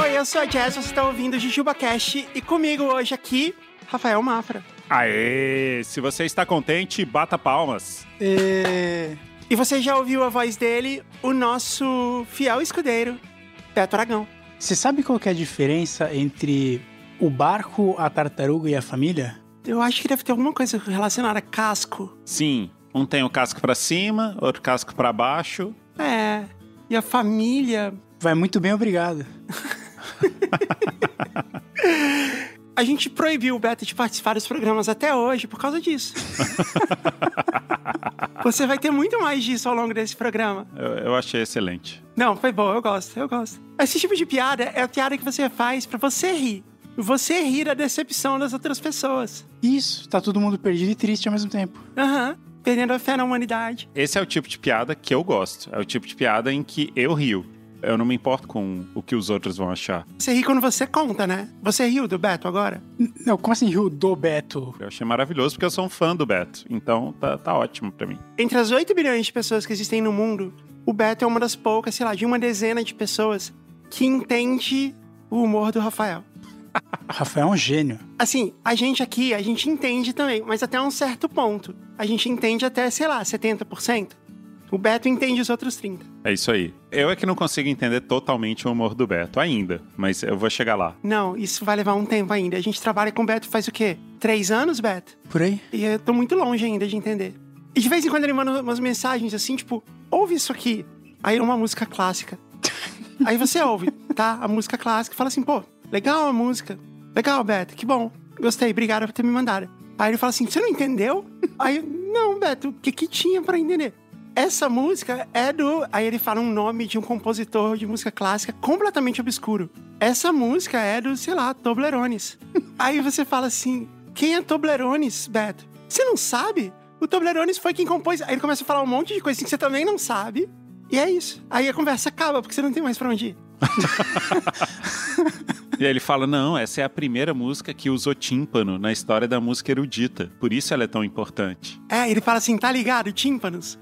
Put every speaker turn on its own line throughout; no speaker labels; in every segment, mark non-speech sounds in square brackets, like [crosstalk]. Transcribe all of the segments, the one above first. Oi, eu sou a Jess, vocês estão ouvindo o JujubaCast e comigo hoje aqui, Rafael Mafra.
Aê! Se você está contente, bata palmas.
É, E você já ouviu a voz dele, o nosso fiel escudeiro, Beto Aragão.
Você sabe qual que é a diferença entre o barco, a tartaruga e a família?
Eu acho que deve ter alguma coisa relacionada a casco.
Sim, um tem o casco pra cima, outro casco pra baixo.
É. E a família.
Vai muito bem, obrigado.
A gente proibiu o Beto de participar dos programas até hoje por causa [laughs] disso. você vai ter muito mais disso ao longo desse programa.
Eu, eu achei excelente.
Não, foi bom, eu gosto, eu gosto. Esse tipo de piada é a piada que você faz pra você rir. Você rir da decepção das outras pessoas.
Isso, tá todo mundo perdido e triste ao mesmo tempo.
Aham. Perdendo a fé na humanidade.
Esse é o tipo de piada que eu gosto. É o tipo de piada em que eu rio. Eu não me importo com o que os outros vão achar.
Você ri quando você conta, né? Você riu do Beto agora?
N- Não, como assim riu do Beto?
Eu achei maravilhoso porque eu sou um fã do Beto. Então tá, tá ótimo pra mim.
Entre as 8 bilhões de pessoas que existem no mundo, o Beto é uma das poucas, sei lá, de uma dezena de pessoas que entende o humor do Rafael.
O Rafael é um gênio.
Assim, a gente aqui, a gente entende também, mas até um certo ponto. A gente entende até, sei lá, 70%. O Beto entende os outros 30%.
É isso aí. Eu é que não consigo entender totalmente o humor do Beto ainda, mas eu vou chegar lá.
Não, isso vai levar um tempo ainda. A gente trabalha com o Beto faz o quê? Três anos, Beto?
Por aí?
E eu tô muito longe ainda de entender. E de vez em quando ele manda umas mensagens assim, tipo, ouve isso aqui. Aí é uma música clássica. Aí você ouve, tá? A música clássica e fala assim, pô, legal a música. Legal, Beto, que bom. Gostei, obrigado por ter me mandado. Aí ele fala assim, você não entendeu? Aí, eu, não, Beto, o que, que tinha pra entender? Essa música é do. Aí ele fala um nome de um compositor de música clássica completamente obscuro. Essa música é do, sei lá, Toblerones. [laughs] Aí você fala assim: quem é Toblerones, Beto? Você não sabe? O Toblerones foi quem compôs. Aí ele começa a falar um monte de coisa assim que você também não sabe. E é isso. Aí a conversa acaba, porque você não tem mais pra onde ir.
E aí ele fala: não, essa é a primeira música que usou tímpano na história da música erudita. Por isso ela é tão importante.
É, ele fala assim: tá ligado, tímpanos?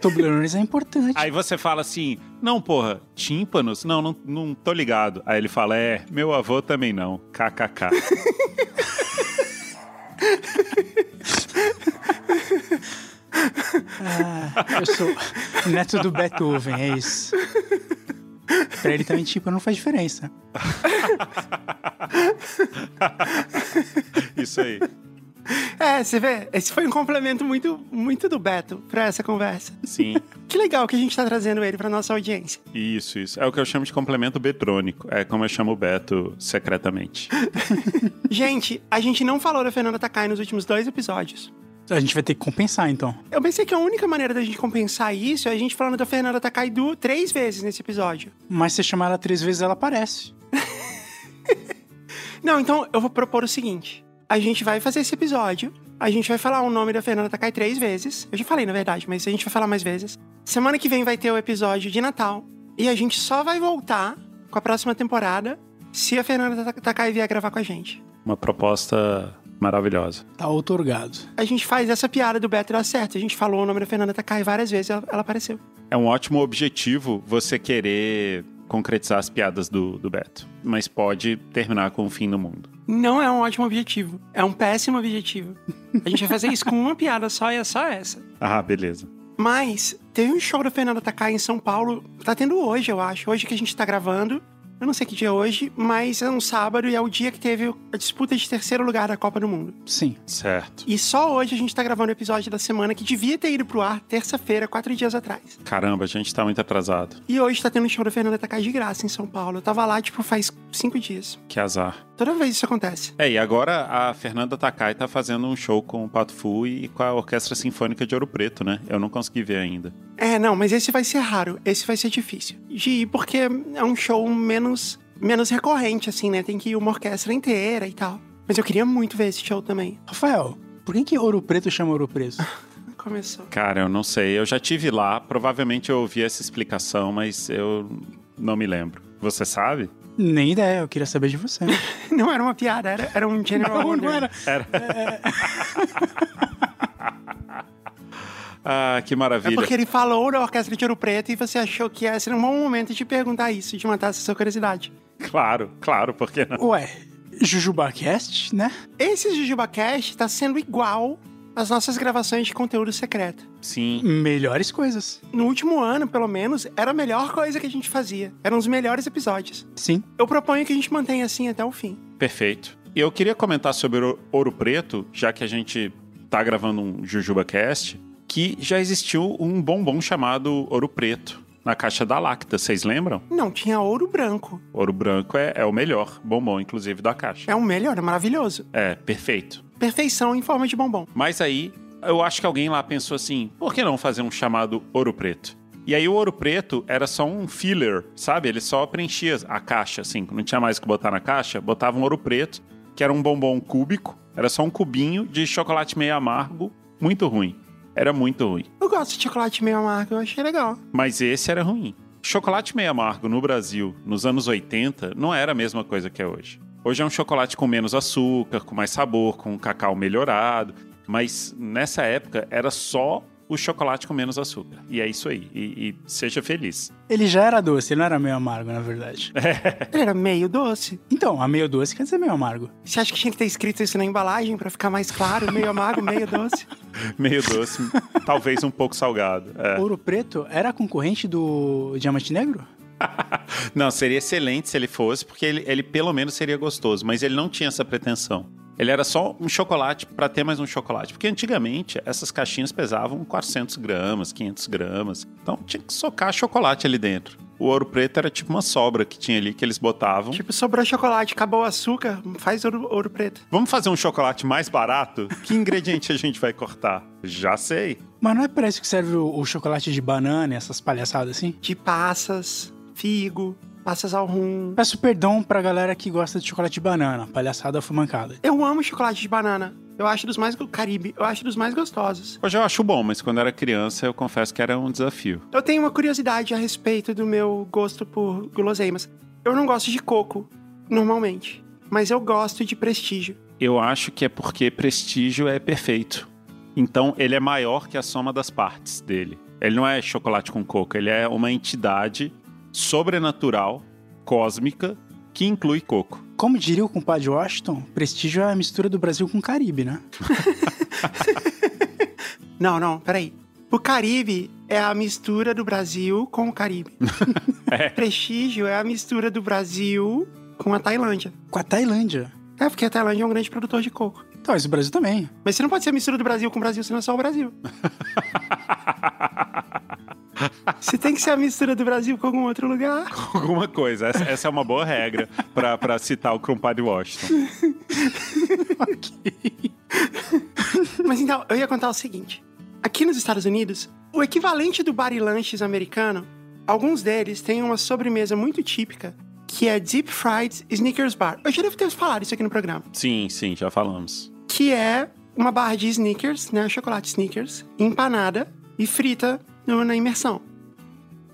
Toblerones é importante.
Aí você fala assim: não, porra, tímpanos? Não, não, não tô ligado. Aí ele fala: é, meu avô também não. KKK. [laughs]
Ah, eu sou neto do Beethoven, é isso. Pra ele também, tipo, não faz diferença.
Isso aí.
É, você vê, esse foi um complemento muito, muito do Beto pra essa conversa.
Sim,
Que legal que a gente tá trazendo ele pra nossa audiência.
isso, isso. É o que eu chamo de complemento betrônico. É como eu chamo o Beto secretamente.
Gente, a gente não falou da Fernanda Takai nos últimos dois episódios.
A gente vai ter que compensar, então.
Eu pensei que a única maneira da gente compensar isso é a gente falando da Fernanda Takai du- três vezes nesse episódio.
Mas se você chamar ela três vezes, ela aparece.
Não, então eu vou propor o seguinte: a gente vai fazer esse episódio, a gente vai falar o nome da Fernanda Takai três vezes. Eu já falei, na verdade, mas a gente vai falar mais vezes. Semana que vem vai ter o episódio de Natal. E a gente só vai voltar com a próxima temporada se a Fernanda Ta- Takai vier gravar com a gente.
Uma proposta maravilhosa.
Tá outorgado.
A gente faz essa piada do Beto dar certo. A gente falou o nome da Fernanda Takai várias vezes, ela, ela apareceu.
É um ótimo objetivo você querer concretizar as piadas do, do Beto. Mas pode terminar com o fim do mundo.
Não é um ótimo objetivo. É um péssimo objetivo. A gente vai fazer isso com uma piada só e é só essa.
Ah, beleza.
Mas teve um show da Fernanda Takai em São Paulo. Tá tendo hoje, eu acho. Hoje que a gente tá gravando. Eu não sei que dia é hoje, mas é um sábado e é o dia que teve a disputa de terceiro lugar da Copa do Mundo.
Sim.
Certo.
E só hoje a gente tá gravando o episódio da semana que devia ter ido pro ar terça-feira, quatro dias atrás.
Caramba, a gente tá muito atrasado.
E hoje tá tendo um show da Fernanda Takai de graça em São Paulo. Eu tava lá, tipo, faz cinco dias.
Que azar.
Toda vez isso acontece.
É, e agora a Fernanda Takai tá fazendo um show com o Pato Fu e com a Orquestra Sinfônica de Ouro Preto, né? Eu não consegui ver ainda.
É, não, mas esse vai ser raro, esse vai ser difícil de ir, porque é um show menos, menos recorrente, assim, né? Tem que ir uma orquestra inteira e tal. Mas eu queria muito ver esse show também.
Rafael, por que, que ouro preto chama ouro preto?
Começou. [laughs]
Cara, eu não sei. Eu já tive lá, provavelmente eu ouvi essa explicação, mas eu não me lembro. Você sabe?
Nem ideia, eu queria saber de você.
Não era uma piada, era, era um General
Então Não,
Wonder.
não era.
Ah, que
É
maravilha.
porque ele falou da Orquestra de Ouro Preto e você achou que esse era um bom momento de perguntar isso, de matar essa sua curiosidade.
Claro, claro, porque não.
Ué, JujubaCast, né?
Esse JujubaCast tá sendo igual às nossas gravações de conteúdo secreto.
Sim.
Melhores coisas.
No último ano, pelo menos, era a melhor coisa que a gente fazia. Eram os melhores episódios.
Sim.
Eu proponho que a gente mantenha assim até o fim.
Perfeito. E eu queria comentar sobre o Ouro Preto, já que a gente tá gravando um JujubaCast, que já existiu um bombom chamado Ouro Preto na caixa da Lacta, vocês lembram?
Não, tinha ouro branco.
Ouro Branco é, é o melhor bombom, inclusive, da caixa.
É o melhor, é maravilhoso.
É, perfeito.
Perfeição em forma de bombom.
Mas aí, eu acho que alguém lá pensou assim, por que não fazer um chamado Ouro Preto? E aí o Ouro Preto era só um filler, sabe? Ele só preenchia a caixa, assim, não tinha mais o que botar na caixa, botava um Ouro Preto, que era um bombom cúbico, era só um cubinho de chocolate meio amargo, muito ruim. Era muito ruim.
Eu gosto de chocolate meio amargo, eu achei legal.
Mas esse era ruim. Chocolate meio amargo no Brasil, nos anos 80, não era a mesma coisa que é hoje. Hoje é um chocolate com menos açúcar, com mais sabor, com um cacau melhorado. Mas nessa época era só o chocolate com menos açúcar. E é isso aí. E, e seja feliz.
Ele já era doce, ele não era meio amargo, na verdade.
Ele era meio doce.
Então, a meio doce quer dizer meio amargo.
Você acha que tinha que ter escrito isso na embalagem pra ficar mais claro? Meio amargo, meio doce.
Meio doce, talvez um pouco salgado. É.
Ouro Preto era concorrente do Diamante Negro?
Não, seria excelente se ele fosse, porque ele, ele pelo menos seria gostoso, mas ele não tinha essa pretensão. Ele era só um chocolate para ter mais um chocolate. Porque antigamente essas caixinhas pesavam 400 gramas, 500 gramas. Então tinha que socar chocolate ali dentro. O ouro preto era tipo uma sobra que tinha ali que eles botavam.
Tipo, sobrou chocolate, acabou o açúcar, faz ouro, ouro preto.
Vamos fazer um chocolate mais barato? Que ingrediente a gente vai cortar? Já sei.
Mas não é para isso que serve o, o chocolate de banana e essas palhaçadas assim?
De passas, figo, passas ao rum.
Peço perdão pra galera que gosta de chocolate de banana. Palhaçada foi mancada.
Eu amo chocolate de banana. Eu acho dos mais... go- Caribe, eu acho dos mais gostosos.
Hoje eu acho bom, mas quando era criança eu confesso que era um desafio.
Eu tenho uma curiosidade a respeito do meu gosto por guloseimas. Eu não gosto de coco, normalmente. Mas eu gosto de prestígio.
Eu acho que é porque prestígio é perfeito. Então ele é maior que a soma das partes dele. Ele não é chocolate com coco, ele é uma entidade sobrenatural, cósmica, que inclui coco. [laughs]
Como diria o compadre Washington, prestígio é a mistura do Brasil com o Caribe, né?
Não, não, peraí. O Caribe é a mistura do Brasil com o Caribe. Prestígio é a mistura do Brasil com a Tailândia.
Com a Tailândia.
É, porque a Tailândia é um grande produtor de coco.
Então, mas o Brasil também.
Mas você não pode ser a mistura do Brasil com o Brasil, senão é só o Brasil. Você tem que ser a mistura do Brasil com algum outro lugar.
Alguma coisa. Essa, essa é uma boa regra para citar o Compadre Washington.
Mas então, eu ia contar o seguinte. Aqui nos Estados Unidos, o equivalente do bar e lanches americano, alguns deles têm uma sobremesa muito típica, que é Deep Fried Snickers Bar. Eu já devo ter falado isso aqui no programa.
Sim, sim, já falamos.
Que é uma barra de Snickers, né? Chocolate Snickers, empanada e frita no- na imersão.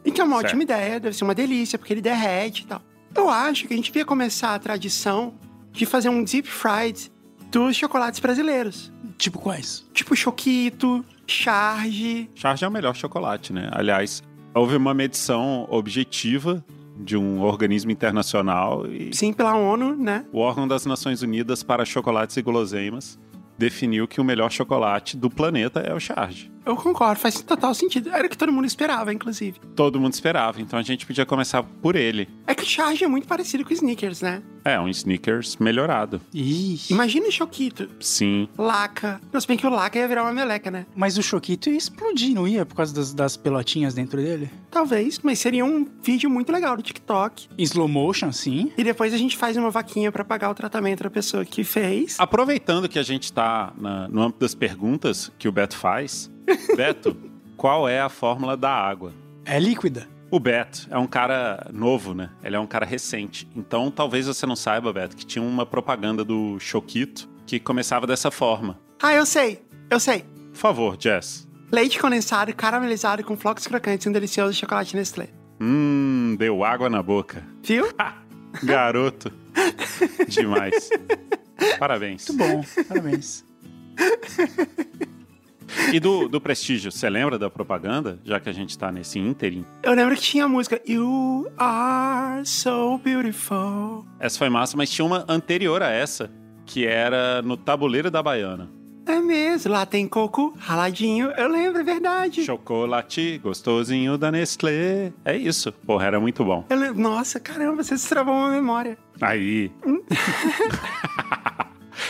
E que é uma
Certo.
ótima ideia, deve ser uma delícia, porque ele derrete e tal. Eu acho que a gente devia começar a tradição de fazer um deep fried dos chocolates brasileiros.
Tipo quais?
Tipo choquito, charge.
Charge é o melhor chocolate, né? Aliás, houve uma medição objetiva de um organismo internacional e
Sim, pela ONU, né?
O órgão das Nações Unidas para Chocolates e Guloseimas definiu que o melhor chocolate do planeta é o Charge.
Eu concordo, faz total sentido. Era o que todo mundo esperava, inclusive.
Todo mundo esperava, então a gente podia começar por ele.
É que o charge é muito parecido com o Snickers, né?
É, um sneakers melhorado.
Ih.
Imagina o choquito,
Sim.
laca. Não, se bem que o laca ia virar uma meleca, né?
Mas o Choquito ia explodir, não ia? Por causa das, das pelotinhas dentro dele?
Talvez, mas seria um vídeo muito legal do TikTok.
Em slow motion, sim.
E depois a gente faz uma vaquinha pra pagar o tratamento da pessoa que fez.
Aproveitando que a gente está no âmbito das perguntas que o Beto faz, Beto, qual é a fórmula da água?
É líquida.
O Beto é um cara novo, né? Ele é um cara recente. Então, talvez você não saiba, Beto, que tinha uma propaganda do Choquito que começava dessa forma.
Ah, eu sei, eu sei.
Por favor, Jess.
Leite condensado caramelizado com flocos crocantes e um delicioso chocolate Nestlé.
Hum, deu água na boca.
Viu?
Garoto. [laughs] Demais. Parabéns.
Muito bom, parabéns.
E do, do Prestígio, você lembra da propaganda? Já que a gente tá nesse ínterim.
Eu lembro que tinha a música You Are So Beautiful.
Essa foi massa, mas tinha uma anterior a essa, que era no Tabuleiro da Baiana.
É mesmo, lá tem coco raladinho. Eu lembro, é verdade.
Chocolate gostosinho da Nestlé. É isso. Porra, era muito bom.
Eu lembro- Nossa, caramba, você destravou uma memória.
Aí.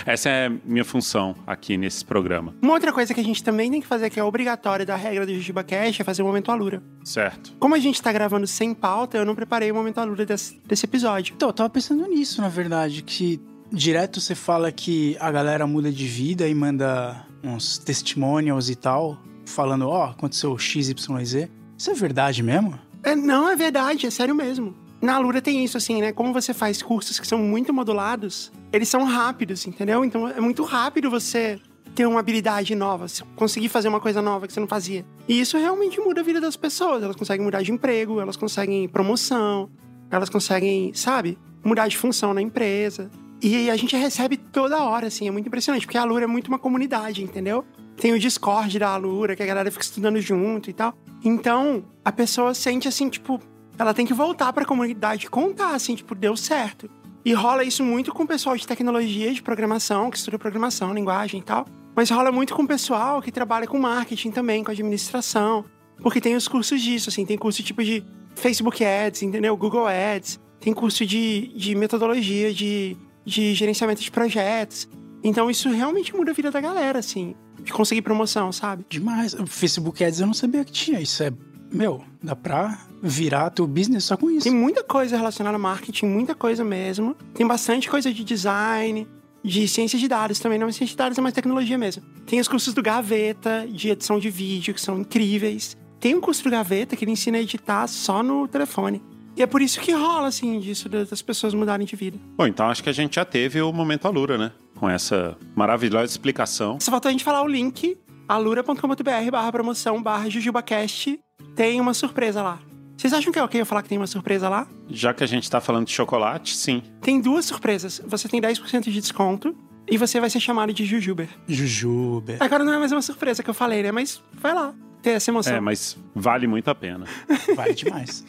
Essa é minha função aqui nesse programa,
Uma outra coisa que a gente também tem que fazer, que é obrigatório da regra do Jujuba Cash, é fazer o Momento Alura.
certo?
Como a gente tá gravando sem pauta, eu não preparei o Momento Alura desse, desse episódio.
Então, eu tava pensando nisso, na verdade, que direto você fala que a galera muda de vida e manda uns testimonials e tal, falando, ó, aconteceu XYZ. Isso é verdade mesmo?
É, não, é verdade, é sério mesmo. Na Alura tem isso, assim, né? Como você faz cursos que são muito modulados, eles são rápidos, entendeu? Então é muito rápido você ter uma habilidade nova, se- conseguir fazer uma coisa nova que você não fazia. E isso realmente muda a vida das pessoas. Elas conseguem mudar de emprego, elas conseguem promoção, elas conseguem, sabe, mudar de função na empresa. E a gente recebe toda hora, assim, é muito impressionante, porque a Alura é muito uma comunidade, entendeu? Tem o Discord da Alura, que a galera fica estudando junto e tal. Então, a pessoa sente assim, tipo, ela tem que voltar pra comunidade e contar, assim, tipo, deu certo. E rola isso muito com o pessoal de tecnologia, de programação, que estuda programação, linguagem e tal. Mas rola muito com o pessoal que trabalha com marketing também, com administração. Porque tem os cursos disso, assim, tem curso tipo de Facebook Ads, entendeu? Google Ads, tem curso de, de metodologia, de, de gerenciamento de projetos. Então isso realmente muda a vida da galera, assim, de conseguir promoção, sabe?
Demais. O Facebook Ads eu não sabia que tinha. Isso é, meu, dá pra virar teu business só com isso.
Tem muita coisa relacionada a marketing, muita coisa mesmo. Tem bastante coisa de design, de ciência de dados também. Não, mas ciência de dados é mais tecnologia mesmo. Tem os cursos do Gaveta, de edição de vídeo, que são incríveis. Tem um curso do Gaveta que ele ensina a editar só no telefone. E é por isso que rola, assim, disso da- das pessoas mudarem de vida.
Bom, então acho que a gente já teve o momento Alura, né? Com essa maravilhosa explicação.
Só faltou a gente falar o link, alura.com.br barra promoção barra jujubacast. Tem uma surpresa lá. Vocês acham que é ok eu falar que tem uma surpresa lá?
Já que a gente tá falando de chocolate, sim.
Tem duas surpresas. Você tem 10% de desconto e você vai ser chamado de Jujuber.
Jujuba.
Agora não é mais uma surpresa que eu falei, né? Mas vai lá. Ter essa emoção.
É, mas vale muito a pena. [laughs]
Vai demais.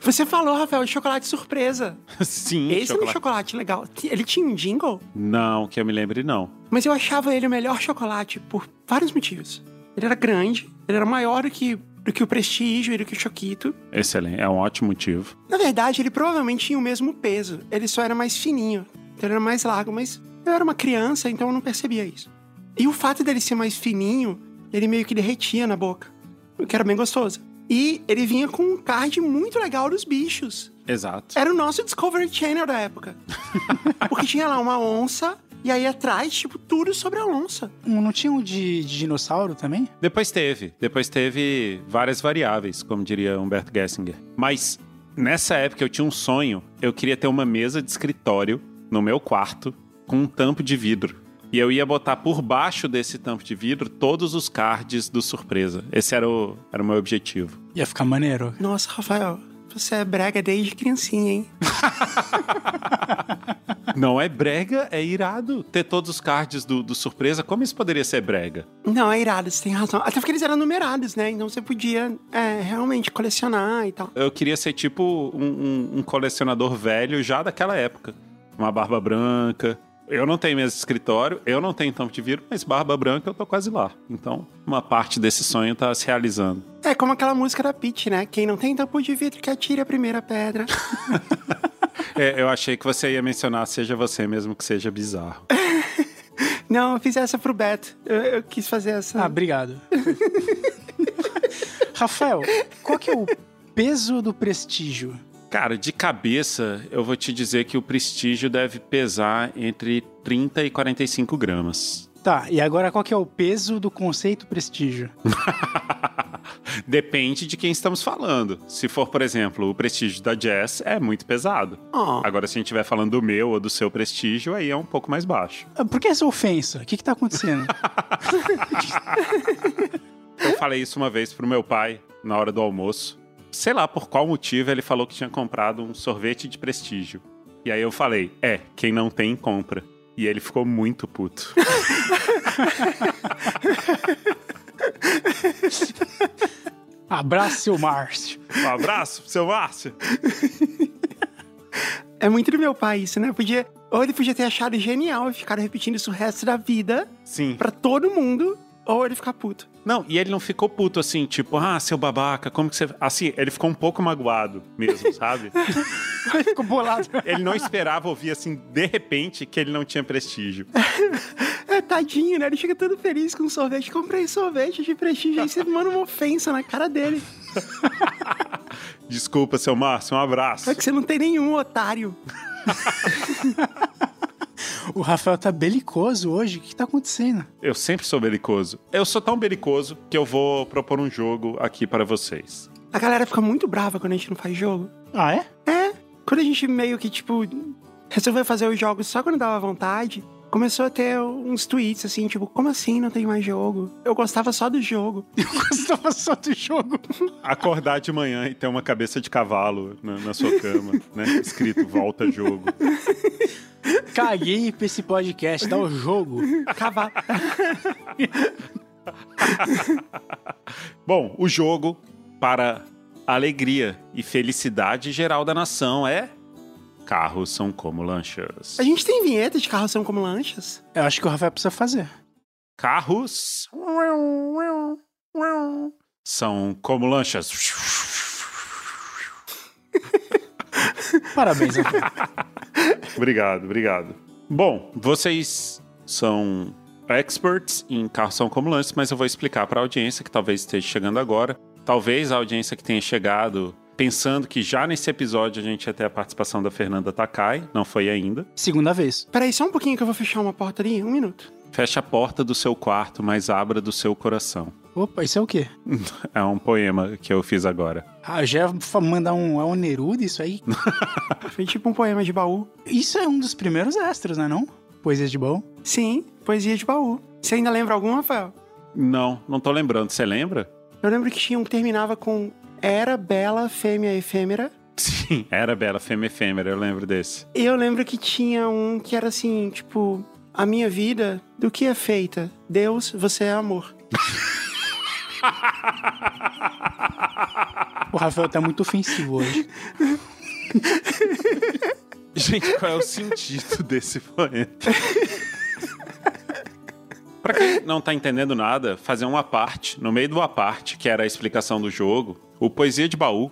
Você falou, Rafael, de chocolate surpresa.
sim,
Esse é um
chocolate.
chocolate legal. T- Ele tinha um jingle,
Não, que eu me lembre, não.
mas eu achava ele o melhor chocolate por vários motivos. Ele era grande, ele era maior do que, do que o Prestígio e do que o Choquito.
Excelente, é um ótimo motivo.
Na verdade, ele provavelmente tinha o mesmo peso. Ele só era mais fininho. Então ele era mais largo, mas eu era uma criança, então eu não percebia isso. E o fato dele ser mais fininho, ele meio que derretia na boca. O que era bem gostoso. E ele vinha com um card muito legal dos bichos.
Exato.
Era o nosso Discovery Channel da época. Porque tinha lá uma onça, e aí atrás, tipo, tudo sobre a onça.
Um, não tinha um de, de dinossauro também?
Depois teve. Depois teve várias variáveis, como diria Humberto Gessinger. Mas nessa época eu tinha um sonho. Eu queria ter uma mesa de escritório no meu quarto com um tampo de vidro. E eu ia botar por baixo desse tampo de vidro todos os cards do surpresa. Esse era o, era o meu objetivo.
Ia ficar maneiro.
Nossa, Rafael, você é brega desde criancinha, hein?
Não é brega, é irado. Ter todos os cards do, do surpresa, como isso poderia ser brega?
Não, é irado, você tem razão. Até porque eles eram numerados, né? Então você podia é, realmente colecionar e tal.
Eu queria ser tipo um, um- um colecionador velho já daquela época. Uma barba branca. Eu não tenho mesa de escritório, eu não tenho tampo de vidro, mas barba branca eu tô quase lá. Então, uma parte desse sonho tá se realizando.
É como aquela música da Pitty, né? Quem não tem tampo de vidro que atire a primeira pedra.
É, eu achei que você ia mencionar seja você mesmo que seja bizarro.
Não, eu fiz essa pro Beto. Eu, eu quis fazer essa.
Ah, obrigado. Rafael, qual que é o peso do prestígio?
Cara, de cabeça, eu vou te dizer que o prestígio deve pesar entre 30 e 45 gramas.
Tá, e agora qual que é o peso do conceito prestígio?
Depende de quem estamos falando. Se for, por exemplo, o prestígio da Jess, é muito pesado.
Ó.
Agora, se a gente estiver falando do meu ou do seu prestígio, aí é um pouco mais baixo.
Ah, Por que essa ofensa? O que que tá acontecendo?
Eu falei isso uma vez pro meu pai, na hora do almoço. Sei lá por qual motivo ele falou que tinha comprado um sorvete de prestígio. E aí eu falei, é, quem não tem, compra. E ele ficou muito puto. [laughs]
Abraço, seu Márcio.
Um abraço pro seu Márcio.
É muito do meu pai isso, né? Podia, ou ele podia ter achado genial e ficar repetindo isso o resto da vida
Sim.
pra todo mundo, ou ele ficar puto.
Não, e ele não ficou puto assim, tipo, ah, seu babaca, como que você. Assim, ele ficou um pouco magoado mesmo, sabe?
Ele ficou bolado.
Ele não esperava ouvir assim, de repente, que ele não tinha prestígio.
É, tadinho, né? Ele fica todo feliz com um sorvete. Comprei sorvete de prestígio. Aí você manda uma ofensa na cara dele.
Desculpa, seu Márcio, um abraço.
É que você não tem nenhum otário.
O Rafael tá belicoso hoje. O que tá acontecendo?
Eu sempre sou belicoso. Eu sou tão belicoso que eu vou propor um jogo aqui para vocês.
A galera fica muito brava quando a gente não faz jogo.
Ah, é? [laughs]
Quando a gente meio que, tipo, resolveu fazer os jogos só quando dava vontade, começou a ter uns tweets assim, tipo, como assim não tem mais jogo? Eu gostava só do jogo.
Eu gostava só tá do jogo.
Acordar de manhã e ter uma cabeça de cavalo na, na sua cama, né? Escrito volta jogo.
Caguei pra esse podcast, dá o jogo.
Cavalo.
Bom, o jogo para a alegria e felicidade geral da nação é Carros são como lanchas.
A gente tem vinheta de carro são como lanchas?
Eu acho que o Rafael precisa fazer.
Carros são como lanchas.
Parabéns, Rafael.
Obrigado, obrigado. Bom, vocês são experts em carros são como lanches, mas eu vou explicar para a audiência que talvez esteja chegando agora. Talvez a audiência que tenha chegado pensando que já nesse episódio a gente ia ter a participação da Fernanda Takai, não foi ainda.
Segunda vez.
Peraí, só um pouquinho que eu vou fechar uma porta ali, um minuto.
Fecha a porta do seu quarto, mas abra do seu coração.
Opa, isso é o quê?
É um poema que eu fiz agora.
Ah, já ia fa- mandar um, é um Neruda isso aí?
Foi tipo um poema de baú.
Isso é um dos primeiros extras, né não? Poesia de bom.
Sim, poesia de baú. Você ainda lembra algum, Rafael?
Não, não tô lembrando. Você lembra?
Eu lembro que tinha um que terminava com Era Bela Fêmea Efêmera.
Sim, era Bela Fêmea Efêmera, eu lembro desse.
E eu lembro que tinha um que era assim, tipo, a minha vida, do que é feita? Deus, você é amor.
O Rafael tá muito ofensivo hoje.
Gente, qual é o sentido [laughs] desse poema? [laughs] pra quem não tá entendendo nada, fazer uma parte, no meio do uma parte, que era a explicação do jogo, o Poesia de Baú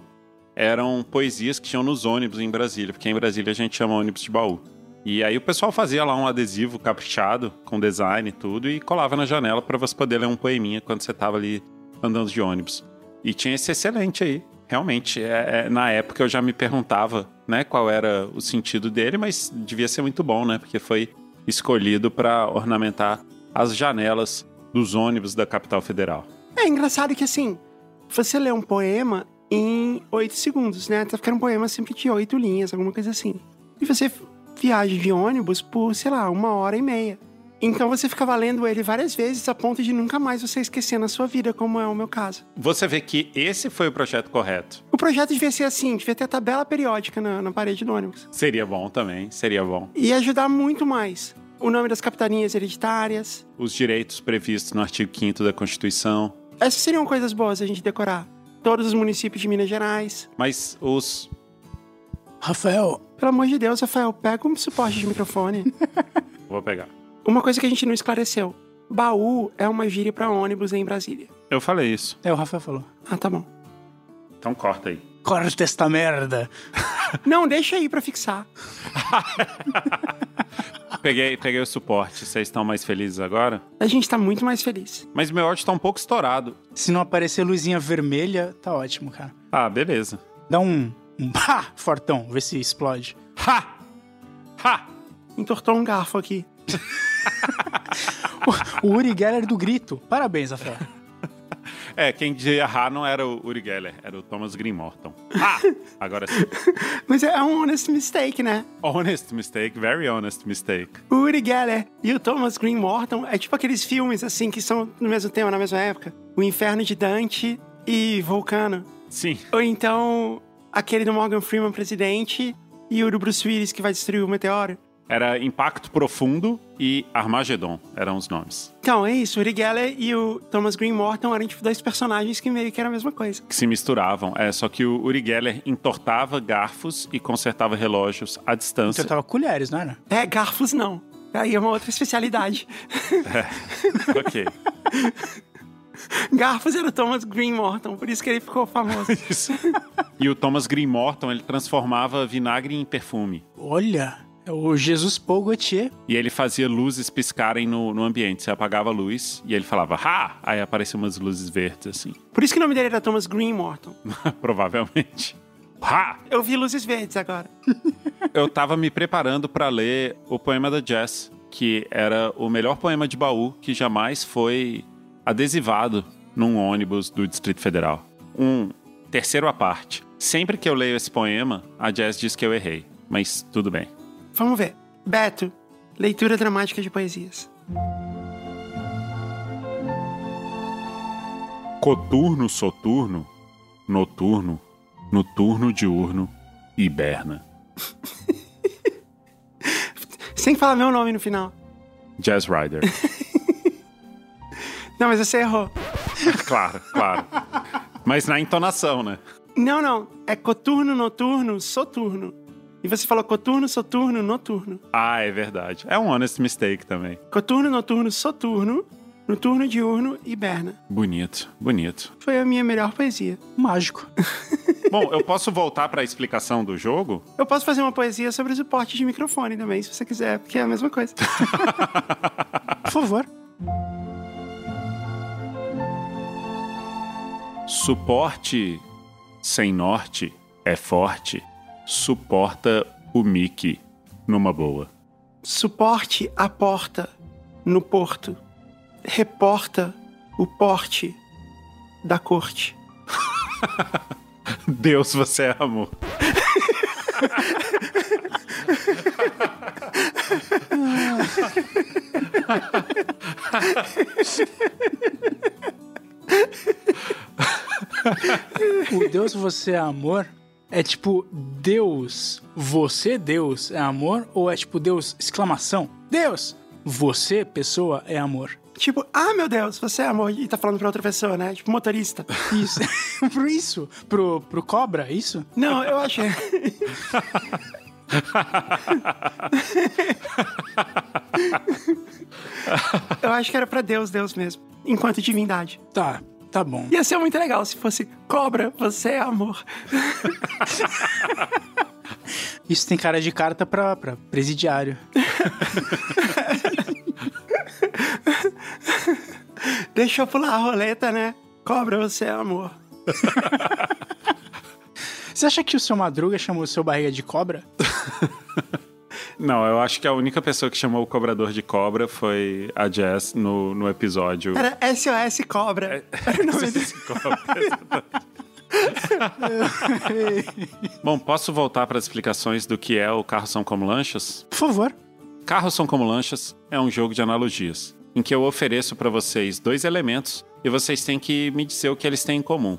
eram poesias que tinham nos ônibus em Brasília, porque em Brasília a gente chama ônibus de baú. E aí o pessoal fazia lá um adesivo caprichado, com design e tudo, e colava na janela pra você poder ler um poeminha quando você tava ali andando de ônibus. E tinha esse excelente aí. Realmente, é- é, na época eu já me perguntava, né, qual era o sentido dele, mas devia ser muito bom, né? Porque foi escolhido para ornamentar as janelas dos ônibus da capital federal.
É engraçado que assim, você lê um poema em oito segundos, né? Tá ficando um poema sempre de oito linhas, alguma coisa assim. E você viaja de ônibus por, sei lá, uma hora e meia. Então você fica valendo ele várias vezes a ponto de nunca mais você esquecer na sua vida, como é o meu caso.
Você vê que esse foi o projeto correto.
O projeto devia ser assim, devia ter a tabela periódica na, na parede do ônibus.
Seria bom também, seria bom.
Ia ajudar muito mais. O nome das capitanias hereditárias.
Os direitos previstos no artigo 5 da Constituição.
Essas seriam coisas boas a gente decorar. Todos os municípios de Minas Gerais.
Mas os.
Rafael,
Pelo amor de Deus, Rafael, pega um suporte de microfone.
Vou pegar.
Uma coisa que a gente não esclareceu. Baú é uma gíria para ônibus em Brasília.
Eu falei isso.
é o Rafael falou.
Ah, tá bom.
Então corta aí.
Corta esta merda.
Não, deixa aí pra fixar.
Peguei, peguei o suporte. Vocês estão mais felizes agora?
A gente tá muito mais feliz.
Mas meu áudio tá um pouco estourado.
Se não aparecer luzinha vermelha, tá ótimo, cara.
Ah, beleza.
Dá um, um [laughs] pá, fortão, vê se explode.
Ha! Ha!
Entortou um garfo aqui. [laughs]
O Uri Geller do grito. Parabéns, Rafael.
É, quem dizia ha não era o Uri Geller, era o Thomas Green Morton. Ha! Agora sim. [laughs]
Mas é um honest mistake, né?
Honest mistake, very honest mistake.
O Uri Geller e o Thomas Green Morton é tipo aqueles filmes, assim, que são no mesmo tema, na mesma época. O Inferno de Dante e Vulcano.
Sim.
Ou então, aquele do Morgan Freeman, presidente, e o do Bruce Willis que vai destruir o meteoro.
Era Impacto Profundo e Armagedon, eram os nomes.
Então, é isso. O Uri Geller e o Thomas Green Morton eram, tipo, dois personagens que meio que era a mesma coisa.
Que se misturavam. É, só que o Uri Geller entortava garfos e consertava relógios à distância.
Então tava colheres, não era?
É, garfos não. Aí é uma outra especialidade. [laughs]
É. [laughs] ok.
Garfos era o Thomas Green Morton, por isso que ele ficou famoso.
Isso. E o Thomas Green Morton, ele transformava vinagre em perfume.
Olha, é o Jesus Paul Gaultier.
E ele fazia luzes piscarem no, no ambiente. Você apagava a luz e ele falava, ha! Aí apareciam umas luzes verdes, assim. [laughs]
Por isso que o nome dele era Thomas Green Morton.
Provavelmente. Ha!
Eu vi luzes verdes agora.
Eu tava me preparando para ler o poema da Jess, que era o melhor poema de baú que jamais foi adesivado num ônibus do Distrito Federal. Um terceiro à parte. Sempre que eu leio esse poema, a Jazz diz que eu errei, mas tudo bem.
Vamos ver. Beto, leitura dramática de poesias.
Coturno, soturno, noturno, noturno, diurno, hiberna.
Sem falar meu nome no final.
Jazz Rider.
Não, mas você errou.
[laughs] claro, claro. Mas na entonação, né?
Não, não. É coturno, noturno, soturno. E você falou coturno, soturno, noturno.
Ah, é verdade. É um honest mistake também.
Coturno, noturno, soturno, noturno, diurno e berna.
Bonito, bonito.
Foi a minha melhor poesia.
Mágico.
Bom, eu posso voltar pra explicação do jogo?
Eu posso fazer uma poesia sobre os suporte de microfone também, se você quiser, porque é a mesma coisa.
Por favor.
Suporte sem norte é forte, suporta o Mickey numa boa. [laughs]
Suporte a porta no porto. Reporta o porte da corte.
Deus, você é amor.
O Deus você é amor é tipo Deus, você Deus é amor ou é tipo Deus exclamação? Deus, você pessoa é amor.
Tipo, ah, meu Deus, você é amor. E tá falando pra outra pessoa, né? Tipo, motorista.
Isso. [laughs] pro isso, pro pro cobra, isso?
Não, eu é. achei. eu acho que era pra Deus, Deus mesmo. Enquanto divindade.
Tá, tá bom.
Ia ser muito legal se fosse cobra, você é amor.
Isso tem cara de carta pra, pra presidiário.
Deixa eu pular a roleta, né? Cobra, você é amor.
Você acha que o seu Madruga chamou o seu barriga de cobra?
Não, eu acho que a única pessoa que chamou o cobrador de cobra foi a Jess no, no episódio. [laughs]
Era SOS Cobra.
É.
Era o nome dele.
Bom, posso voltar para as explicações do que é o Carros São Como Lanchas?
[laughs] Por favor.
Carros São Como Lanchas é um jogo de analogias, em que eu ofereço para vocês dois elementos e vocês têm que me dizer o que eles têm em comum.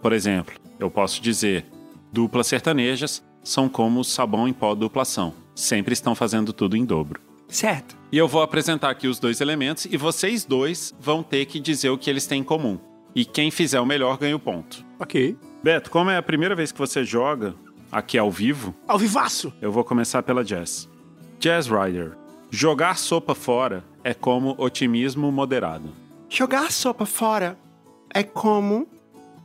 Por exemplo, eu posso dizer: duplas sertanejas são como sabão em pó duplação, sempre estão fazendo tudo em dobro.
Certo.
E eu vou apresentar aqui os dois elementos e vocês dois vão ter que dizer o que eles têm em comum. E quem fizer o melhor ganha o ponto.
Ok.
Beto, como é a primeira vez que você joga aqui ao vivo,
Ao vivaço!
eu vou começar pela Jazz. Jazz Rider. Jogar sopa fora é como otimismo moderado.
Jogar a sopa fora é como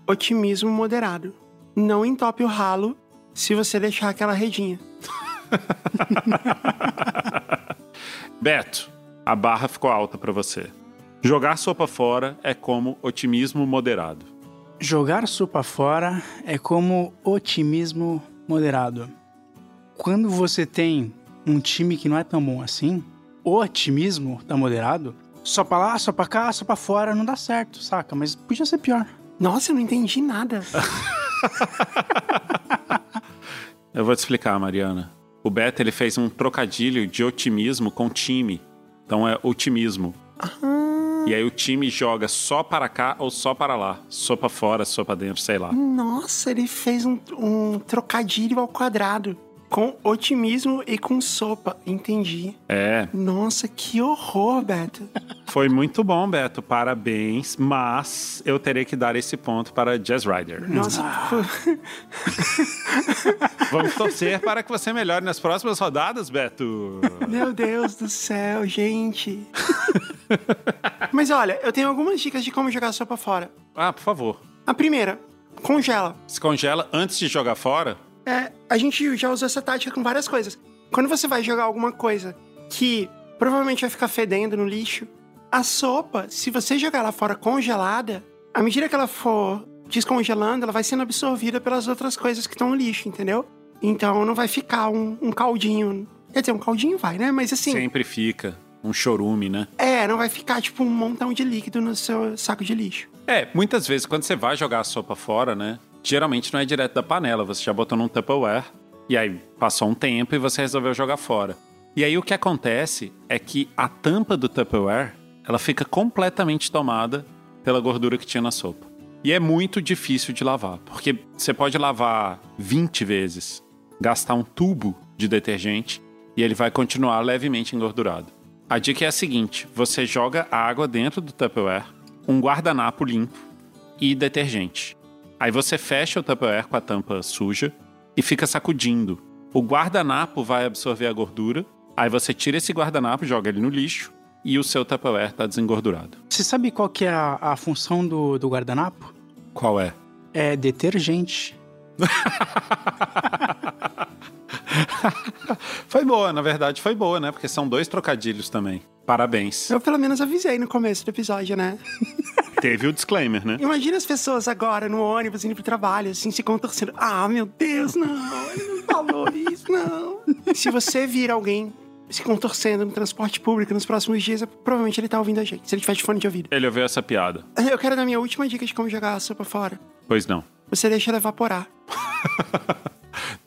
otimismo moderado. Não entope o ralo se você deixar aquela redinha.
Beto, a barra ficou alta pra você. Jogar sopa fora é como otimismo moderado.
Jogar sopa fora é como otimismo moderado. Quando você tem um time que não é tão bom assim, o otimismo tá moderado, só pra lá, só pra cá, só pra fora, não dá certo, saca? Mas podia ser pior.
Nossa, eu não entendi nada.
Eu vou te explicar, Mariana. O Beto ele fez um trocadilho de otimismo com time. Então é otimismo. E aí o time joga só para cá ou só para lá. Sopa fora, sopa dentro, sei lá.
Nossa, ele fez um, um trocadilho ao quadrado. Com otimismo e com sopa. Entendi.
É,
Nossa, que horror, Beto.
foi muito bom, Beto. Parabéns. Mas eu terei que dar esse ponto para Jazz Rider.
Nossa, foi-
Vamos torcer para que você melhore nas próximas rodadas, Beto.
[laughs] meu Deus do céu, gente. Mas olha, eu tenho algumas dicas de como jogar a sopa fora.
Ah, por favor.
A primeira, congela.
Se congela antes de jogar fora?
É, a gente já usou essa tática com várias coisas. Quando você vai jogar alguma coisa que provavelmente vai ficar fedendo no lixo, a sopa, se você jogar ela fora congelada, à medida que ela for descongelando, ela vai sendo absorvida pelas outras coisas que estão no lixo, entendeu? Então não vai ficar um, um caldinho. Quer dizer, um caldinho vai, né? Mas assim,
Sempre fica. Um chorume, né?
é, não vai ficar tipo um montão de líquido no seu saco de lixo.
É, muitas vezes quando você vai jogar a sopa fora, né? Geralmente não é direto da panela, você já botou num Tupperware e aí passou um tempo e você resolveu jogar fora. E aí o que acontece é que a tampa do Tupperware, ela fica completamente tomada pela gordura que tinha na sopa. E é muito difícil de lavar, porque você pode lavar 20 vezes, gastar um tubo de detergente e ele vai continuar levemente engordurado. A dica é a seguinte: você joga a água dentro do Tupperware, um guardanapo limpo e detergente. Aí você fecha o Tupperware com a tampa suja e fica sacudindo. O guardanapo vai absorver a gordura, aí você tira esse guardanapo, joga ele no lixo e o seu Tupperware está desengordurado.
Você sabe qual que é a, a função do, do guardanapo?
Qual é?
É detergente.
[laughs] foi boa, na verdade foi boa, né? Porque são dois trocadilhos também. [laughs] Parabéns.
Eu pelo menos avisei no começo do episódio, né?
Teve o disclaimer, né?
Imagina as pessoas agora no ônibus indo pro trabalho, assim, se contorcendo. Ah, meu Deus, não, ele não falou isso, não. Se você vir alguém se contorcendo no transporte público nos próximos dias, é- provavelmente ele tá ouvindo a gente, se ele tiver de fone de ouvido.
Ele ouviu essa piada.
Eu quero dar minha última dica de como jogar a sopa fora.
Pois não.
Você deixa ela evaporar.
[laughs]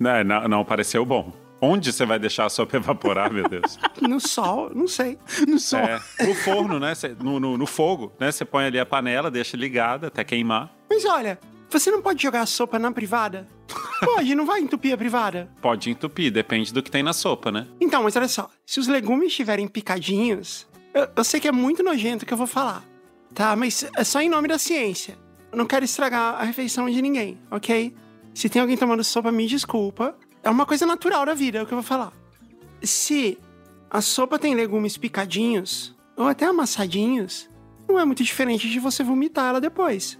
Não, Né, não, não pareceu bom. Onde você vai deixar a sopa [laughs] evaporar, meu Deus?
No sol, não sei.
No sol.
É, no forno, né? Cê- no, no- no fogo, né? Você põe ali a panela, deixa ligada até queimar.
Mas olha, você não pode jogar a sopa na privada? Pode, não vai entupir a privada.
Pode entupir, depende do que tem na sopa, né?
Então, mas olha só, se os legumes estiverem picadinhos, eu, eu sei que é muito nojento o que eu vou falar, tá? Mas é só em nome da ciência. Eu não quero estragar a refeição de ninguém, ok? Se tem alguém tomando sopa, me desculpa. É uma coisa natural da vida, é o que eu vou falar. Se a sopa tem legumes picadinhos, ou até amassadinhos, não é muito diferente de você vomitar ela depois.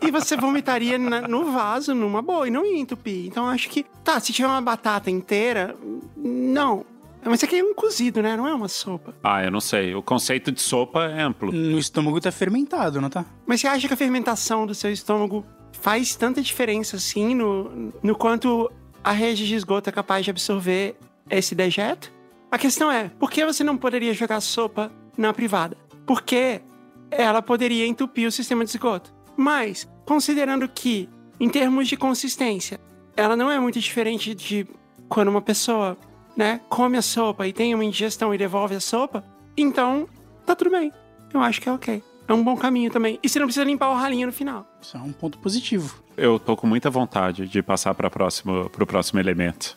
E você vomitaria na- no vaso, numa boa, e não ia entupir. Então acho que. Tá, se tiver uma batata inteira, não. Mas isso aqui é um cozido, né? Não é uma sopa.
Ah, eu não sei. O conceito de sopa é amplo.
No estômago tá fermentado, não tá?
Mas você acha que a fermentação do seu estômago faz tanta diferença assim no, no quanto a rede de esgoto é capaz de absorver esse dejeto? A questão é, por que você não poderia jogar sopa na privada? Porque ela poderia entupir o sistema de esgoto. Mas, considerando que, em termos de consistência, ela não é muito diferente de quando uma pessoa, né, come a sopa e tem uma indigestão e devolve a sopa, então tá tudo bem. Eu acho que é ok. É um bom caminho também. E você não precisa limpar o ralinho no final.
Isso é um ponto positivo.
Eu tô com muita vontade de passar para próximo, pro próximo [laughs] elemento.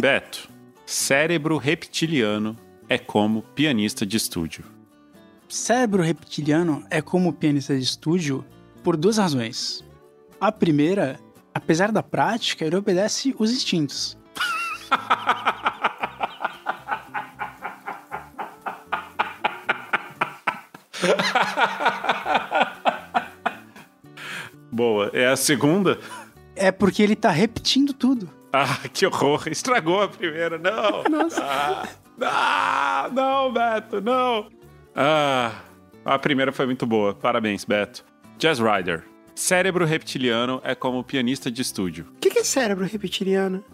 Beto, cérebro reptiliano é como pianista de estúdio.
Cérebro reptiliano é como pianista de estúdio por duas razões. A primeira, apesar da prática, ele obedece os instintos.
Boa, é a segunda?
É porque ele tá repetindo tudo.
Ah, que horror! Estragou a primeira, não! Ah, ah, não, Beto, não! Ah, a primeira foi muito boa, parabéns, Beto. Jazz Rider. Cérebro reptiliano é como pianista de estúdio.
O que que é cérebro reptiliano?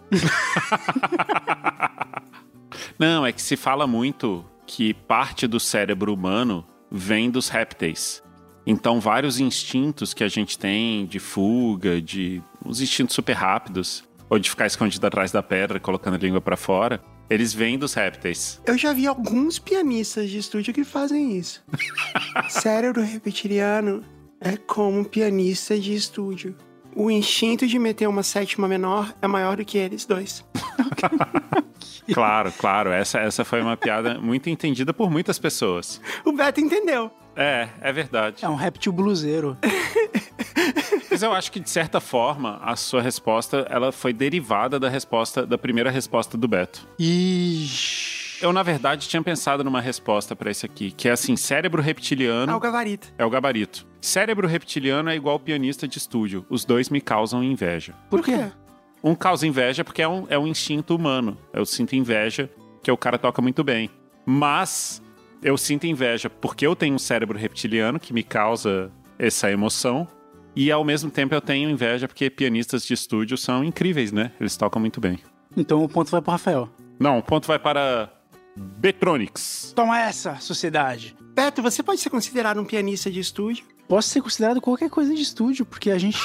Não, é que se fala muito que parte do cérebro humano vem dos répteis. Então, vários instintos que a gente tem de fuga, de uns instintos super rápidos, ou de ficar escondido atrás da pedra, colocando a língua pra fora, eles vêm dos répteis.
Eu já vi alguns pianistas de estúdio que fazem [laughs] isso. cérebro reptiliano é como um pianista de estúdio. o instinto de meter uma sétima menor é maior do que eles dois.
Claro, claro. Essa, essa foi uma piada muito entendida por muitas pessoas.
O Beto entendeu.
É, é verdade.
É um réptil bluseiro.
Mas eu acho que, de certa forma, a sua resposta ela foi derivada da resposta da primeira resposta do Beto.
Ixi.
Eu, na verdade, tinha pensado numa resposta pra esse aqui, que é assim: cérebro reptiliano
Ah, o gabarito.
é o gabarito. Cérebro reptiliano é igual pianista de estúdio. Os dois me causam inveja.
Por quê?
Um causa inveja porque é um, é um instinto humano. Eu sinto inveja que o cara toca muito bem. Mas eu sinto inveja porque eu tenho um cérebro reptiliano que me causa essa emoção. E ao mesmo tempo eu tenho inveja porque pianistas de estúdio são incríveis, né? Eles tocam muito bem.
Então o ponto vai pro Rafael.
Não, o ponto vai para Betronics.
Toma essa, sociedade.
Beto, você pode ser considerado um pianista de estúdio?
Posso ser considerado qualquer coisa de estúdio, porque a
[laughs]
gente.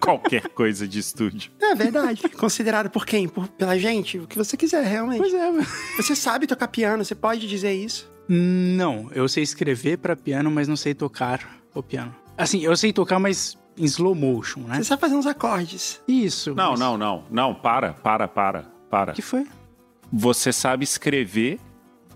Qualquer [laughs] coisa de estúdio.
É verdade. [laughs] considerado por quem? Por, pela gente? O que você quiser, realmente.
pois é, mano.
Você sabe tocar piano, você pode dizer isso.
Não, eu sei escrever pra piano, mas não sei tocar o piano. Assim, eu sei tocar, mas em slow motion, né?
Você sabe fazer uns acordes.
Isso.
Não,
mas-
não, não. Não, para, para, para, para.
O que foi?
Você sabe escrever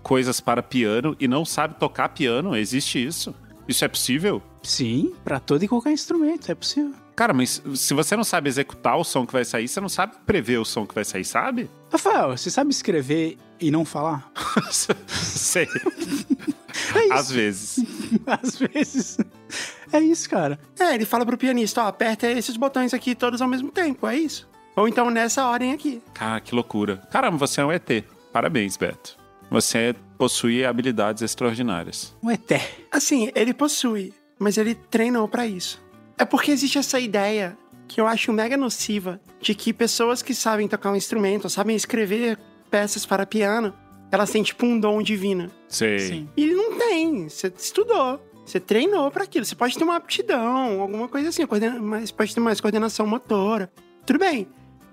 coisas para piano e não sabe tocar piano? Existe isso? Isso é possível?
Sim, pra todo e qualquer instrumento, é possível.
Cara, mas se você não sabe executar o som que vai sair, você não sabe prever o som que vai sair, sabe? [laughs]
Rafael, você sabe escrever e não falar? [laughs]
Sei,
É isso.
às vezes.
Às vezes. É isso, cara.
É, ele fala pro pianista, ó, aperta esses botões aqui todos ao mesmo tempo, é isso. Ou então nessa ordem aqui.
Cara, que loucura. Caramba, você é um ET. Parabéns, Beto. Você possui habilidades extraordinárias.
Um eté.
Assim, ele possui, mas ele treinou pra isso. É porque existe essa ideia que eu acho mega nociva de que pessoas que sabem tocar um instrumento, sabem escrever peças para piano, elas têm tipo um dom divino.
Sei.
Sim.
E não tem. Você estudou. Você treinou pra aquilo. Você pode ter uma aptidão, alguma coisa assim. coordena- Mas pode ter mais coordenação motora. Tudo bem.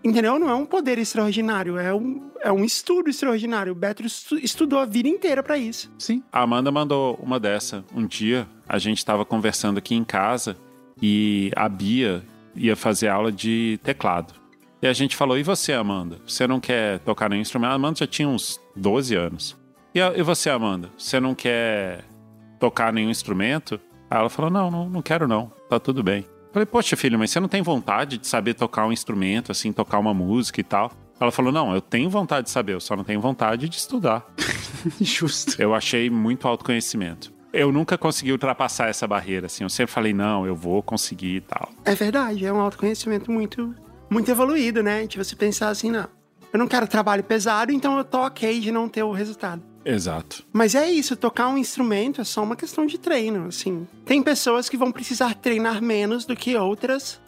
Entendeu? Não é um poder extraordinário. É um, é um estudo extraordinário. O Beto estu- estudou a vida inteira pra isso.
Sim. [laughs]
A Amanda mandou uma dessa. Um dia a gente estava conversando aqui em casa e a Bia ia fazer aula de teclado. E a gente falou: e você, Amanda? Você não quer tocar nenhum instrumento? A Amanda já tinha uns 12 anos. E, a- e você, Amanda? Você não quer tocar nenhum instrumento? Aí ela falou: não, não, não quero não. Tá tudo bem. Eu Falei, poxa, filho, mas você não tem vontade de saber tocar um instrumento, assim, tocar uma música e tal? Ela falou: não, eu tenho vontade de saber, eu só não tenho vontade de estudar.
Justo.
Eu achei muito autoconhecimento. Eu nunca consegui ultrapassar essa barreira, assim. Eu sempre falei, não, eu vou conseguir e tal.
É verdade. É um autoconhecimento muito, muito evoluído, né? De você pensar assim, não. Eu não quero trabalho pesado, então eu tô ok de não ter o resultado.
Exato.
Mas é isso, tocar um instrumento é só uma questão de treino, assim. Tem pessoas que vão precisar treinar menos do que outras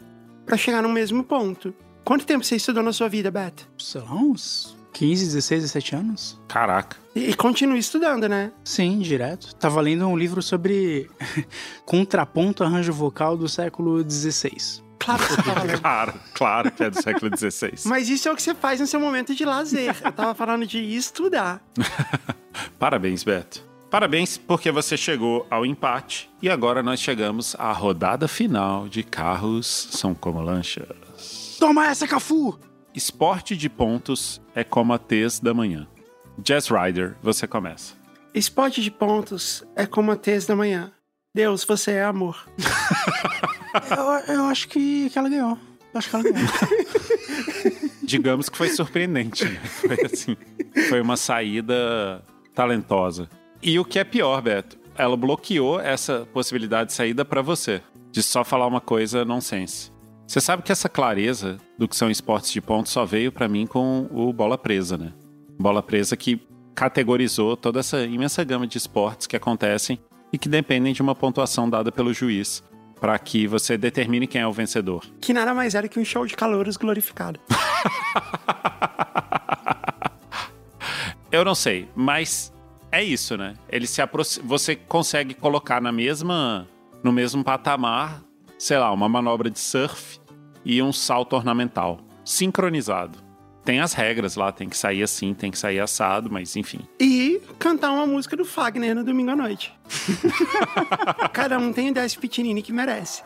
pra chegar no mesmo ponto. Quanto tempo você estudou na sua vida, Beto?
Sei lá, uns 15, 16, 17 anos?
Caraca. [laughs]
E, e continue estudando, né?
Sim, direto. Tava lendo um livro sobre [laughs] contraponto arranjo vocal do século XVI.
Claro que você tava
[laughs]
lendo.
Claro, claro que é do século XVI.
Mas isso é o que você faz no seu momento de lazer. Eu tava falando de estudar.
Parabéns, Beto. Parabéns porque você chegou ao empate e agora nós chegamos à rodada final de carros são como lancha.
Toma essa, Cafu!
Esporte de pontos é como a tez da manhã. Jazz Rider, você começa.
Esporte de pontos é como a tez da manhã. Deus, você é amor.
Eu, eu acho que, que ela ganhou. Eu acho que ela [laughs] ganhou.
Digamos que foi surpreendente. né? Foi assim. Foi uma saída talentosa. E o que é pior, Beto, ela bloqueou essa possibilidade de saída pra você. De só falar uma coisa nonsense. Você sabe que essa clareza do que são esportes de ponto só veio pra mim com o Bola Presa, né? Bola Presa que categorizou toda essa imensa gama de esportes que acontecem e que dependem de uma pontuação dada pelo juiz pra que você determine quem é o vencedor.
Que nada mais era que um show de calouros glorificado.
Eu não sei, mas é isso, né? Ele se aproxi- você consegue colocar na mesma no mesmo patamar, sei lá, uma manobra de surf e um salto ornamental, sincronizado. Tem as regras lá, tem que sair assim, tem que sair assado, mas enfim. [laughs]
E cantar uma música do Fagner no domingo à noite. [laughs] Cada um tem o 10 pitinini que merece.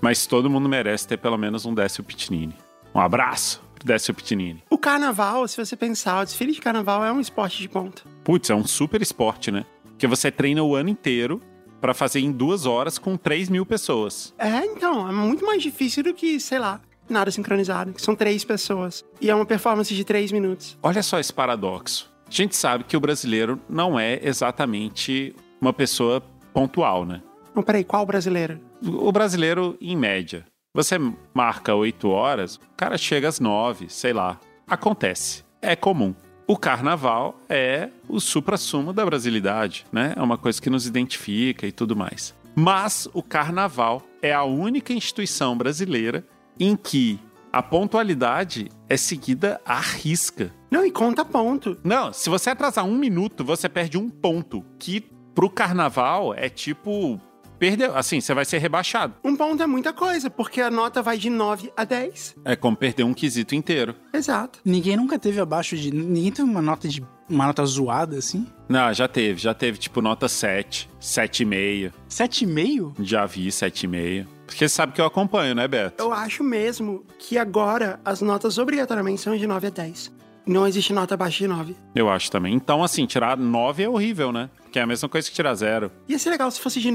Mas todo mundo merece ter pelo menos um Décio Pitinini. Um abraço pro Décio Pitinini.
O carnaval, se você pensar, o desfile de carnaval é um esporte de ponta.
Putz, é um super esporte, né? Que você treina o ano inteiro pra fazer em duas horas com 3 mil pessoas.
É, então, é muito mais difícil do que, sei lá, nada sincronizado, que são três pessoas. E é uma performance de três minutos.
Olha só esse paradoxo. A gente sabe que o brasileiro não é exatamente uma pessoa pontual, né?
Não, peraí, qual brasileiro?
O brasileiro, em média, você marca 8 horas, o cara chega às 9, sei lá. Acontece. É comum. O carnaval é o suprassumo da brasilidade, né? É uma coisa que nos identifica e tudo mais. Mas o carnaval é a única instituição brasileira em que a pontualidade é seguida à risca.
Não, e conta ponto.
Não, se você atrasar um minuto, você perde um ponto, que pro carnaval é tipo. Perdeu. Assim, você vai ser rebaixado.
Um ponto é muita coisa, porque a nota vai de 9 a 10.
É como perder um quesito inteiro.
Exato.
Ninguém nunca teve abaixo de. Ninguém teve uma nota de. Uma nota zoada, assim?
Não, já teve. Já teve, tipo, nota 7, 7,5.
7,5?
Já vi 7,5. Porque você sabe que eu acompanho, né, Beto?
Eu acho mesmo que agora as notas obrigatoriamente são de 9 a 10. Não existe nota abaixo de 9.
Eu acho também. Então, assim, tirar 9 é horrível, né? Porque é a mesma coisa que tirar zero.
Ia ser legal se fosse de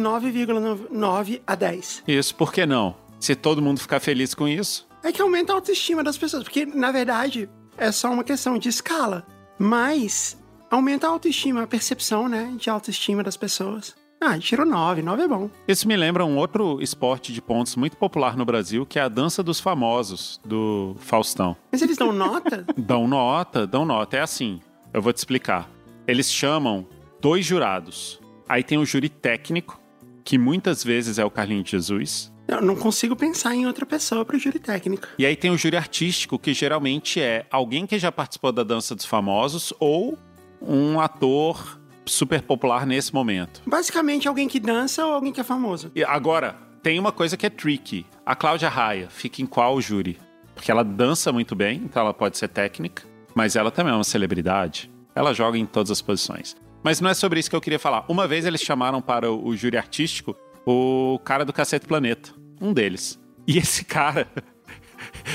9,9 a 10.
Isso, por que não? Se todo mundo ficar feliz com isso.
É que aumenta a autoestima das pessoas, porque na verdade é só uma questão de escala. Mas aumenta a autoestima, a percepção, né, de autoestima das pessoas. Ah, tirou 9, 9 é bom.
Isso me lembra um outro esporte de pontos muito popular no Brasil, que é a dança dos famosos, do Faustão.
Mas eles dão nota?
Dão nota, dão nota. É assim, eu vou te explicar. Eles chamam dois jurados. Aí tem o júri técnico, que muitas vezes é o Carlinhos de Jesus.
Eu não consigo pensar em outra pessoa pro júri técnico.
E aí tem o júri artístico, que geralmente é alguém que já participou da dança dos famosos ou um ator super popular nesse momento.
Basicamente, alguém que dança ou alguém que é famoso.
E agora, tem uma coisa que é tricky. A Cláudia Raia fica em qual júri? Porque ela dança muito bem, então ela pode ser técnica, mas ela também é uma celebridade. Ela joga em todas as posições. Mas não é sobre isso que eu queria falar. Uma vez eles chamaram para o júri artístico o cara do Cacete Planeta, um deles. E esse [laughs] cara,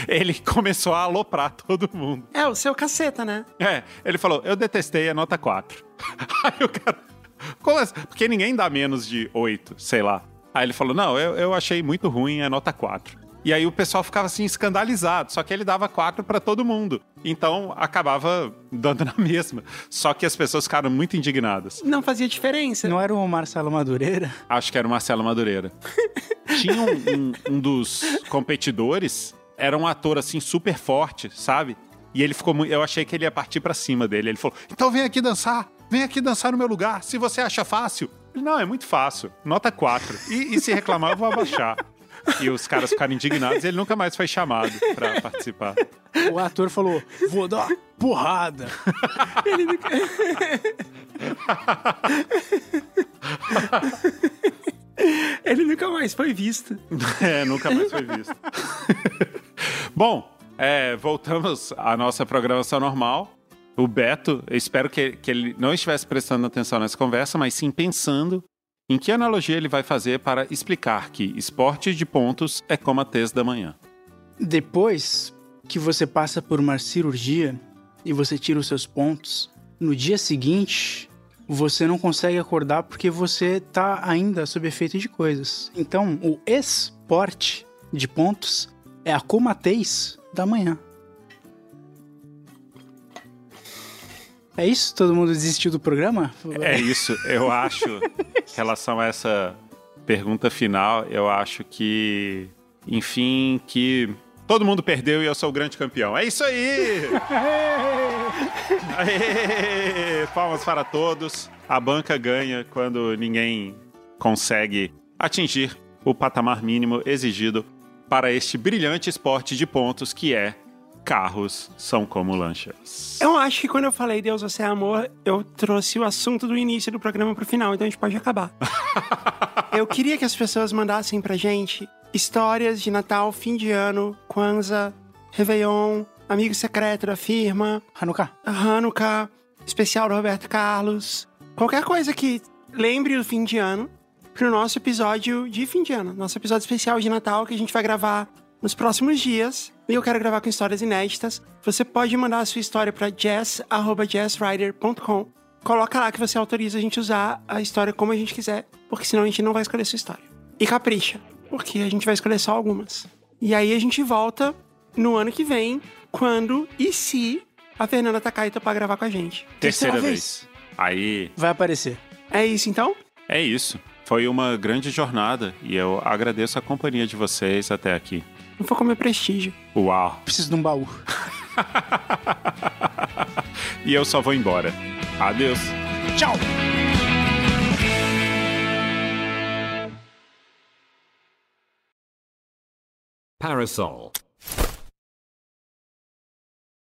ele começou a aloprar todo mundo.
É, o seu caceta, né?
É, ele falou, eu detestei a nota 4. [laughs] Aí o cara. Como assim? Porque ninguém dá menos de 8, sei lá. Aí ele falou: não, eu, eu achei muito ruim a nota 4. E aí o pessoal ficava assim escandalizado, só que ele dava 4 para todo mundo. Então acabava dando [laughs] na mesma. Só que as pessoas ficaram muito indignadas.
Não fazia diferença.
Não era o Marcelo Madureira?
Acho que era o Marcelo Madureira. Tinha um, um- um dos competidores, era um ator assim super forte, sabe? E ele ficou muito. Eu achei que ele ia partir pra cima dele. Ele falou: então vem aqui dançar, vem aqui dançar no meu lugar, se você acha fácil. Ele, não, é muito fácil, nota 4. E, e se reclamar, eu vou abaixar. E os caras ficaram indignados e ele nunca mais foi chamado pra participar.
O ator falou: vou dar uma porrada.
Ele nunca mais foi visto.
[laughs] É, nunca mais foi visto. [laughs] Bom, é, voltamos à nossa programação normal. O Beto, eu espero que, que ele não estivesse prestando atenção nessa conversa, mas sim pensando em que analogia ele vai fazer para explicar que esporte de pontos é como a tez da manhã.
Depois que você passa por uma cirurgia e você tira os seus pontos, no dia seguinte você não consegue acordar porque você tá ainda sob efeito de coisas. Então, o esporte de pontos é a comatez da manhã. É isso? Todo mundo desistiu do programa?
É isso, eu acho. em relação a essa pergunta final, eu acho que, enfim, que todo mundo perdeu e eu sou o grande campeão. É isso aí! Aê! Palmas para todos. A banca ganha quando ninguém consegue atingir o patamar mínimo exigido para este brilhante esporte de pontos que é carros são como lanchas.
Eu acho que quando eu falei Deus, você é amor, eu trouxe o assunto do início do programa pro final, então a gente pode [laughs] acabar. eu queria que as pessoas mandassem pra gente histórias de Natal, fim de ano, Kwanzaa, Réveillon, Amigo Secreto da Firma,
Hanukkah.
Hanukkah, especial do Roberto Carlos, qualquer coisa que lembre o fim de ano, pro nosso episódio de fim de ano, nosso episódio especial de Natal que a gente vai gravar nos próximos dias. E eu quero gravar com histórias inéditas. Você pode mandar a sua história para jazz@jazzrider.com. Coloca lá que você autoriza a gente usar a história como a gente quiser, porque senão a gente não vai escolher a sua história. E capricha, porque a gente vai escolher só algumas. E aí a gente volta no ano que vem, quando e se a Fernanda Takai topar gravar com a gente.
Terceira, vez. Aí,
Vai aparecer.
É isso então?
é isso. Foi uma grande jornada e eu agradeço a companhia de vocês até aqui.
Não foi com meu prestígio.
Uau!
Preciso de um baú.
E eu só vou embora. Adeus!
Tchau!
Parasol.